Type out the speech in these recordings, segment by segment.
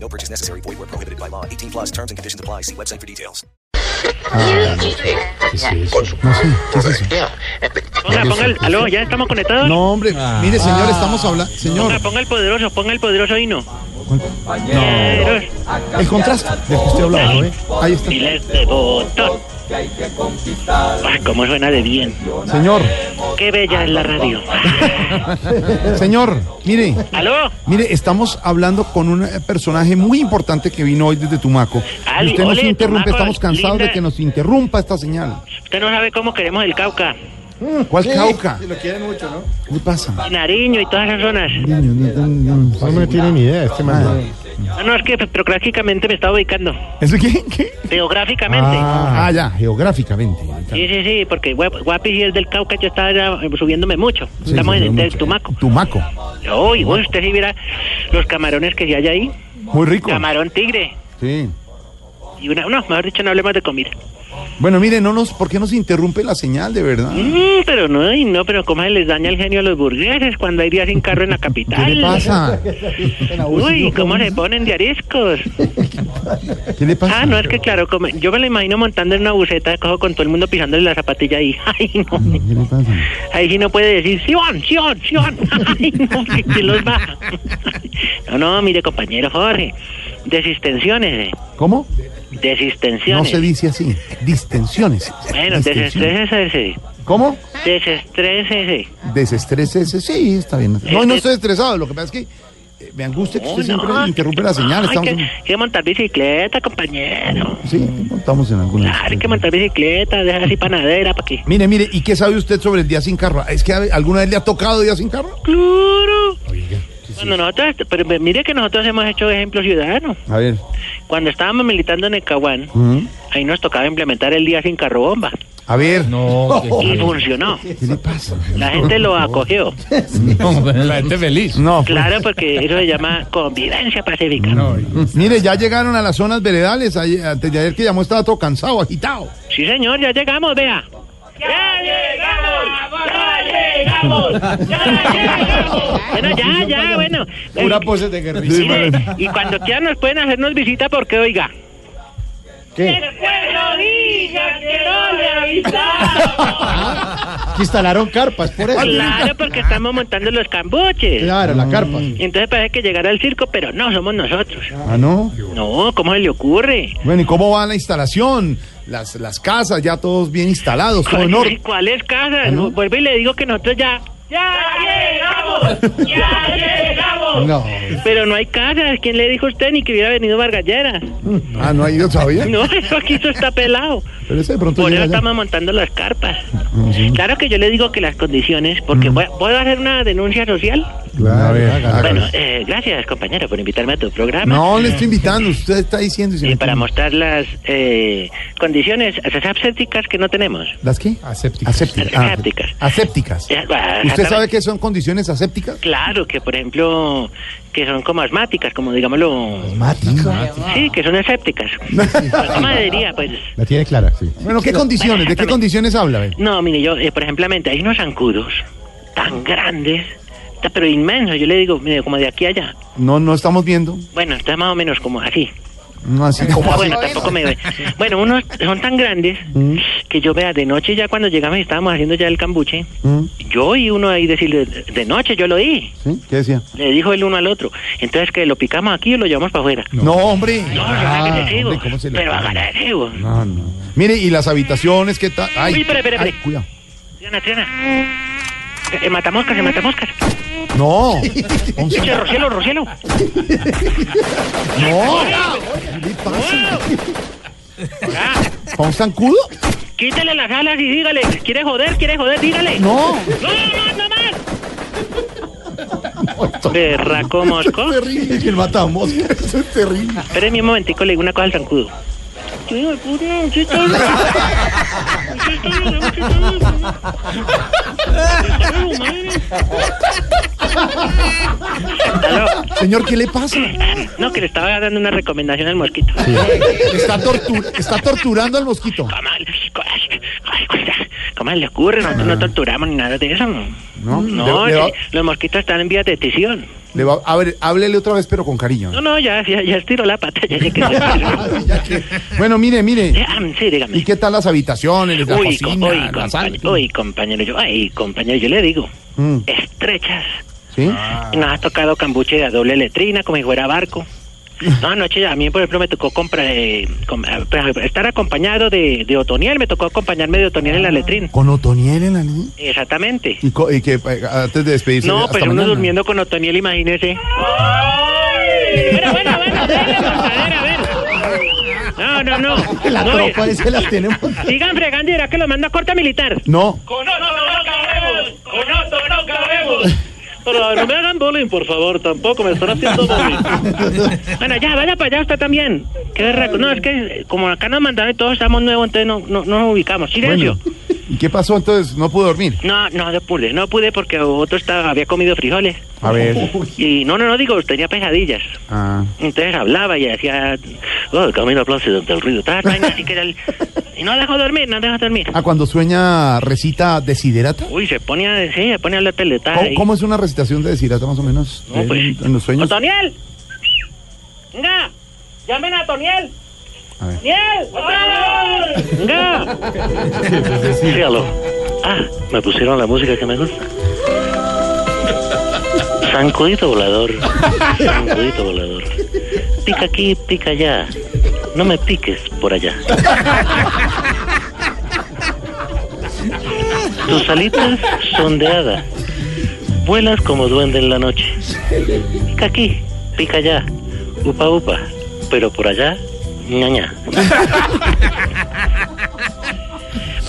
No purchase necessary. Void where prohibited by law. 18 plus terms and conditions apply. See website for details. Ponga, ponga el, aló, ya estamos conectados. No, hombre, mire, señor, estamos hablando. Señor, Ponga, ponga el poderoso, ponga el poderoso himno. no. Poderoso, El contraste del que estoy hablando, ¿eh? Ahí está. Miles de votos. Ay, Ah, cómo suena de bien. Señor, Qué bella es la radio. señor, mire, Aló, mire, estamos hablando con un eh, personaje muy importante que vino hoy desde Tumaco. Y Ay, usted nos ole, interrumpe, Tumaco, estamos cansados de linda. que nos interrumpa esta señal. usted no sabe cómo queremos el Cauca. ¿Cuál cauca? lo quieren mucho, ¿no? ¿Qué le pasa? Nariño y todas esas zonas. No me tiene ni idea este man. No, no, es que petrográficamente me estaba ubicando. Ah. ¿Eso qué? ¿Qué? Teográficamente. Ah, ah, ya, geográficamente. Sí, sí, sí, porque Guap- Guapi sí es del Cauca, yo estaba ya, eh, subiéndome mucho. Estamos en el del Tumaco. Tumaco. Uy, uy, usted si viera los camarones que sí hay ahí. Muy rico. Camarón tigre. Sí. Y una, no, mejor dicho, no hablemos de comida. Bueno, mire, no nos, ¿por qué nos interrumpe la señal, de verdad? Mm, pero no, ay, no, pero cómo se les daña el genio a los burgueses cuando hay días sin carro en la capital. ¿Qué le pasa? Uy, cómo se ponen de ariscos. ¿Qué le pasa? Ah, no, es que claro, como- yo me lo imagino montando en una buceta, cojo con todo el mundo pisándole la zapatilla ahí. Ay, no. ¿Qué le pasa? Ahí sí no puede decir, Sion, Sion, Sion. Ay, no, que, que los baja. No, no, mire, compañero Jorge. Desistensiones, eh, ¿Cómo? No desistensiones. se dice así. Distensiones. bueno, Distensiones. desestrésese, ¿Cómo? desestrésese. Desestrés ese. Sí, está bien. No, no estoy estresado. Lo que pasa es que eh, me angustia que Eh, Oh, usted siempre no. interrumpe la señal. Ay, Estamos que, en... hay que montar bicicleta, compañero. Sí, estamos en alguna. Claro, hay que montar bicicleta, dejar así panadera para que. Mire, mire, ¿y qué sabe usted sobre el día sin carro? ¿Es que a- alguna vez le ha tocado día sin carro? Claro. Cuando nosotros, pero mire que nosotros hemos hecho ejemplo ciudadano. A ver. Cuando estábamos militando en el Caguán, ahí nos tocaba implementar el día sin carro bomba. A ver. No. Y funcionó. ¿Qué le pasa? La gente lo acogió. La gente feliz. No. pues. Claro, porque eso se llama convivencia pacífica. Mire, ya llegaron a las zonas veredales. Ayer- Antes de ayer que llamó estaba todo cansado, agitado. Sí, señor, ya llegamos, vea. ¡Ya llegamos! ¡Ya llegamos! ¡Ya llegamos! Bueno, ya, ya, bueno. Eh, pose de Mire, y cuando quieran nos pueden hacernos visita porque oiga. ¿Qué? pueblo diga que no le avisamos. Que instalaron carpas, por eso. Claro, porque estamos montando los cambuches. Claro, la carpa. Entonces parece que llegará el circo, pero no, somos nosotros. Ah, no. No, ¿cómo se le ocurre? Bueno, ¿y cómo va la instalación? Las, las casas ya todos bien instalados, todo en orden. ¿Cuáles cuáles casas? Ah, no? Vuelvo y le digo que nosotros ya... ¡Ya llegamos! ¡Ya llegamos! No. Pero no hay casas. ¿Quién le dijo a usted ni que hubiera venido Vargallera? Ah, no ha ido todavía. No, eso aquí eso está pelado. Pero ese de pronto Por eso llega Pues ya. Ah, estamos montando las carpas. Claro que yo le digo que las condiciones, porque voy a- ¿puedo hacer una denuncia social? Claro, hágalo. Bueno, eh, gracias compañero por invitarme a tu programa. No, le estoy invitando, usted está diciendo. y se Y me- para mostrar las eh, condiciones asépticas que no tenemos. ¿Las qué? Asépticas. Asépticas. Ah, Asépticas. asépticas. Ya, ah, ¿Usted sabe exactamente. qué son condiciones asépticas? Claro que, por ejemplo, que son como asmáticas, como digámoslo. Mática. Sí, que son asépticas. ¿Cómo diría? Pues. La tiene clara, sí. Bueno, ¿qué condiciones? ¿De qué exactamente. condiciones habla? a ver? No, mire, yo, eh, por ejemplo, hay unos zancudos tan grandes, ta- pero inmensos. Yo le digo, mire, como de aquí a allá. No, no estamos viendo. Bueno, está más o menos como así. No, así como así. Bueno, tampoco me Bueno, unos son tan grandes Mm. que yo vea de noche ya cuando llegamos y estábamos haciendo ya el cambuche. Mm, Yo oí uno ahí decirle, de noche yo lo oí. ¿Sí? ¿Qué decía? Le dijo el uno al otro. Entonces que lo picamos aquí y lo llevamos para afuera. No, hombre. No, yo Ah, agradecido, hombre, ¿cómo se le pero ocurre? agradecido. No, no. Mire, y las habitaciones, ¿qué tal? Ay, Uy, espere, espere, ay, espere. cuidado. Triana, Triana. Eh, matamoscas, eh, matamoscas. No. Eche, Rocielo, Rocielo. No. ¿Qué le pasa? ¿Para un zancudo? Quítale las alas y dígale. ¿Quiere joder? ¿Quiere joder? Dígale. No. ¡No, no, no más! Berraco mosco. terrible. El matamoscas. Eso es terrible. Espérenme un momentico, le digo una cosa al zancudo. Yo hijo de puta, muchacho. Muchacho, muchacho. Muchacho, madre. Aló. Señor, ¿qué le pasa? No, que le estaba dando una recomendación al mosquito. Está, tortu- está torturando al mosquito. Comal, comal, comal, comal, le ocurre? Nosotros no torturamos ni nada de eso. No, no Ah. le- le va- sí, los mosquitos están en vías de extinción. Le va- a ver, háblele otra vez, pero con cariño. No, no, ya, ya, ya estiró la pata, ya sé que Bueno, mire, mire. Ah, Sí, dígame. ¿Y qué tal las habitaciones, la Uy, co- cocina, uy, la compañero, sala? uy, compañero, yo, ay, compañero, yo le digo, Mm, estrechas. ¿Sí? Nos ha tocado cambuche a doble letrina, como si fuera barco. No, anoche a mí, por ejemplo, me tocó compra, eh, com- eh, pues, estar acompañado de, de Otoniel, me tocó acompañarme de Otoniel Ah. en la letrina. ¿Con Otoniel en la niña? Exactamente. ¿Y, co- y que eh, antes de despedirse? No, hasta pero uno mañana? durmiendo con Otoniel, imagínese. Bueno, bueno, bueno, denle, gozadera, a ver. No, no, no. La No, tropa esa la tenemos. Sigan fregando y dirá que lo manda a corte militar. No. Con otro no cabemos, con otro no cabemos. Pero no me hagan bullying, por favor, tampoco me están haciendo bullying. Bueno, ya, vaya para allá usted también. Qué berraco. No, es que eh, como acá nos mandaron y todos estamos nuevos, entonces no, no, no nos ubicamos. Silencio. Bueno. ¿Y qué pasó entonces? ¿No pudo dormir? No, no, no pude, no pude porque otro estaba, había comido frijoles. A ver. Y no, no, no digo, tenía pesadillas. Ah. Entonces hablaba y decía, oh, el camino plácido entre el ruido. tal, tal, así que era el- Y no dejó dormir, no dejó dormir. Ah, cuando sueña recita desiderata. Uy, se pone a decir, se pone a hablar peletadas. ¿Cómo, cómo es una recitación de desiderata más o menos? No, pues. En, en los sueños. ¡Otoniel! ¡Venga! ¡Llamen a Toniel! A ver. ¡Niel! ¡Venga! pues, Sí, aló. Ah, me pusieron la música que me gusta. Zancudito volador. Zancudito volador. Pica aquí, pica allá. No me piques por allá. Tus alitas son de hada. Vuelas como duende en la noche. Pica aquí, pica allá. Upa, upa. Pero por allá, ñaña.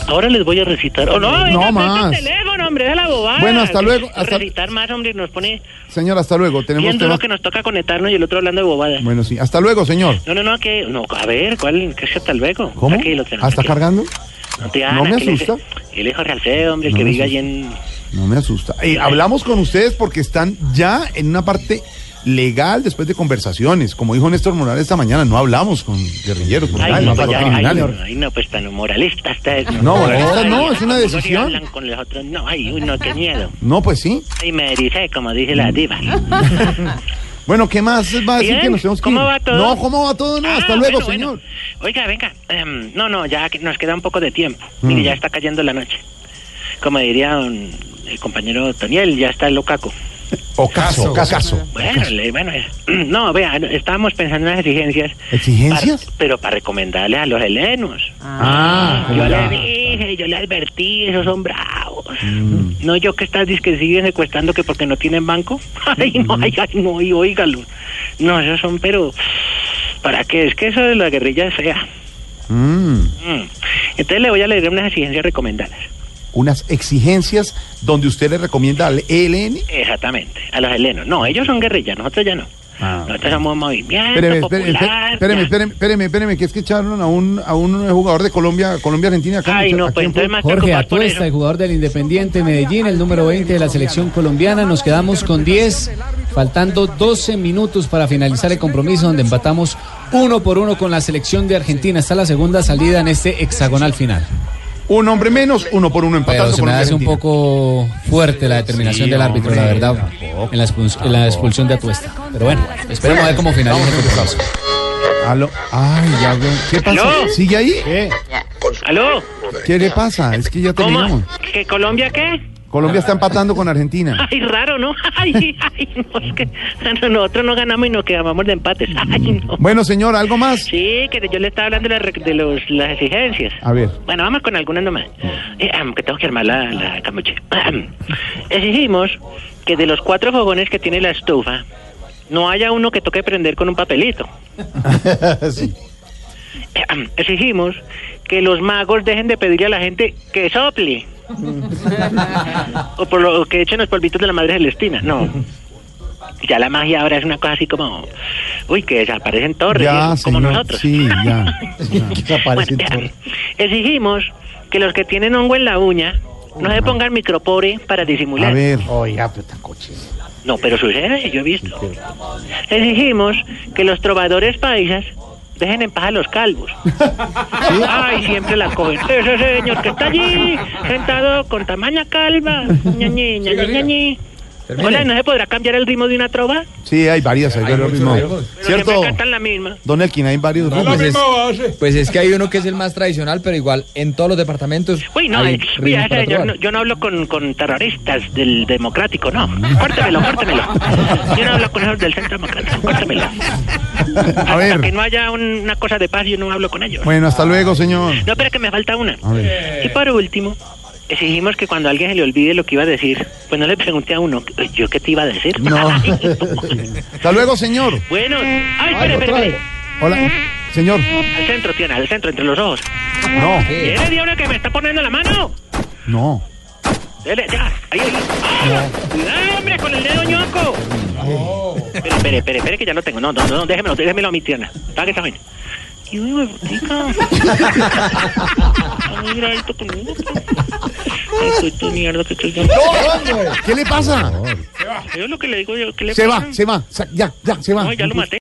Ahora les voy a recitar. ¡Oh, no! venga, No suelta más. El teléfono, hombre, deja la bobada. Bueno, hasta luego, hasta- Recitar más, hombre, nos pone Señor, hasta luego. Tenemos bien duro temas. que nos toca conectarnos y el otro hablando de bobada. Bueno, sí. Hasta luego, señor. No, no, no, que. No, a ver, ¿cuál? ¿Qué es hasta luego? ¿Cómo? Tranquilo, ¿Ah, está tranquilo. cargando? Diana, No me que le dice- asusta. El hijo de Alfredo, hombre, el No que me vive allí asusta. en. No me asusta. Eh, hablamos con ustedes porque están ya en una parte legal después de conversaciones. Como dijo Néstor Morales esta mañana, no hablamos con guerrilleros, con Ay, nadie, no, con pues, ya, ay, criminales. no, ay, no, pues tan moralista está eso. No, moralista Ay, no, es una ay, decisión. hablan con los otros, no, ay, uy, no, qué miedo. No, pues sí. Ay, me ericé, como dice Mm. la diva. Bueno, ¿qué más va a decir Bien, que nos tenemos que ¿cómo ir? va todo? No, ¿cómo va todo? No, hasta Ah, luego, bueno, señor. bueno. Oiga, venga, em, no, no, ya que nos queda un poco de tiempo. Mm. Mire, ya está cayendo la noche. Como diría un- el compañero Toniel, ya está el locaco. Ocaso, ocaso. Bueno, le- bueno, es- no, vea, estábamos pensando en las exigencias. ¿Exigencias? para- pero para recomendarle a los helenos. Ah, Yo ¿cómo le ya? dije, yo le advertí, esos son bravos. Mm. No, yo que estás dizque siguen secuestrando que porque no tienen banco. Ay, no, ay, ay, no, y óigalo. No, esos son, pero. ¿Para qué? Es que eso de la guerrilla es fea. Mm, Mm. Entonces le voy a leer unas exigencias recomendadas. unas exigencias donde usted le recomienda al E ELN. Exactamente, a los helenos. No, ellos son guerrillas, nosotros ya no. Ah, nosotros somos movimiento. Espéreme, espéreme, Ah, popular, espéreme, ya. espéreme, espéreme, espéreme, que es que echaron a un, a un jugador de Colombia, Colombia-Argentina. acá, Ay, mucha- no, aquí pues en entonces Puebla. más Jorge preocupado por Atuesta, el eso. jugador del Independiente Medellín, el número 20 de la selección colombiana. Nos quedamos con 10, faltando 12 minutos para finalizar el compromiso donde empatamos uno por uno con la selección de Argentina. Está la segunda salida en este hexagonal final. Un hombre menos, uno por uno empatando. Pero se me hace un Colombia-Argentina. poco fuerte la determinación Sí, del árbitro, la hombre, verdad, tampoco, en la, expuls- en la expulsión de Atuesta. Pero bueno, esperemos a ver cómo finaliza el compromiso. Aló. Ay, ya veo. ¿Qué pasa? ¿Aló? ¿Sigue ahí? ¿Aló? ¿Qué le pasa? Es que ya ¿Cómo? terminamos. ¿Que Colombia qué? Colombia está empatando con Argentina. Ay, raro, ¿no? Ay, ay, no, es que no, nosotros no ganamos y nos quedamos de empates. Ay, no. Bueno, señor, ¿algo más? Sí, que yo le estaba hablando de, la re- de los, las exigencias. A ver. Bueno, vamos con algunas nomás. Eh, am, que tengo que armar la, la camuche. Exigimos que de los cuatro fogones que tiene la estufa, no haya uno que toque prender con un papelito. Sí. Eh, am, Exigimos que los magos dejen de pedirle a la gente que sople. o por lo que echen los polvitos de la madre Celestina. No. Ya la magia ahora es una cosa así como, uy, que desaparecen torres, Ya, como señor, nosotros. Sí, ya. Que aparece Bueno, en vean, exigimos que los que tienen hongo en la uña no se pongan micropobre para A disimular. ver, todo. Oiga, pero tan cochino. No, pero sucede, yo he visto. Exigimos que los trovadores paisas dejen en paz a los calvos. Ay, siempre la cogen. Ese señor que está allí, sentado con tamaña calva. Ñañi, ñañi, ñañi. Hola, ¿no se podrá cambiar el ritmo de una trova? sí, hay varias, hay varios muchos ritmos. ritmos. Pero ¿Cierto? siempre cantan la misma. Don Elkin, hay varios No, ritmos. pues es- Pues es que hay uno que es el más tradicional, pero igual en todos los departamentos. Uy, no, hay eh, mira, ritmo ese para señor, no- trobar. yo no hablo con, con terroristas del democrático, no. Córtemelo, córtemelo. Yo no hablo con esos del centro democrático, córtemelo. A Hasta que ver, no haya un- una cosa de paz, yo no hablo con ellos. bueno, hasta luego, señor. No, pero que me falta una. A ver. Y por último, exigimos que cuando a alguien se le olvide lo que iba a decir, pues no le pregunte a uno, ¿yo qué te iba a decir? No. Hasta luego, señor. bueno, ay, espere, espere, espere. Hola, señor. Al centro, Tiana, al centro, entre los ojos. No, ¿Viene diablo que me está poniendo la mano? no. Dele, ya, ahí, ahí. ¡Ah! ¡Cuidado, hombre, con el dedo ñoco! Espere, espere, espere, espere, que ya lo tengo. No, no, no, déjemelo, déjemelo a mi tierna. Pague esa vaina. Y uy, huevotica. Está muy gravito conmigo. pues. Ay, soy tu mierda que estoy yo. ¿Qué le pasa? Yo lo que le digo yo, ¿qué le Se pasa? va, se va. sa- Ya, ya, se va. No, ya lo maté.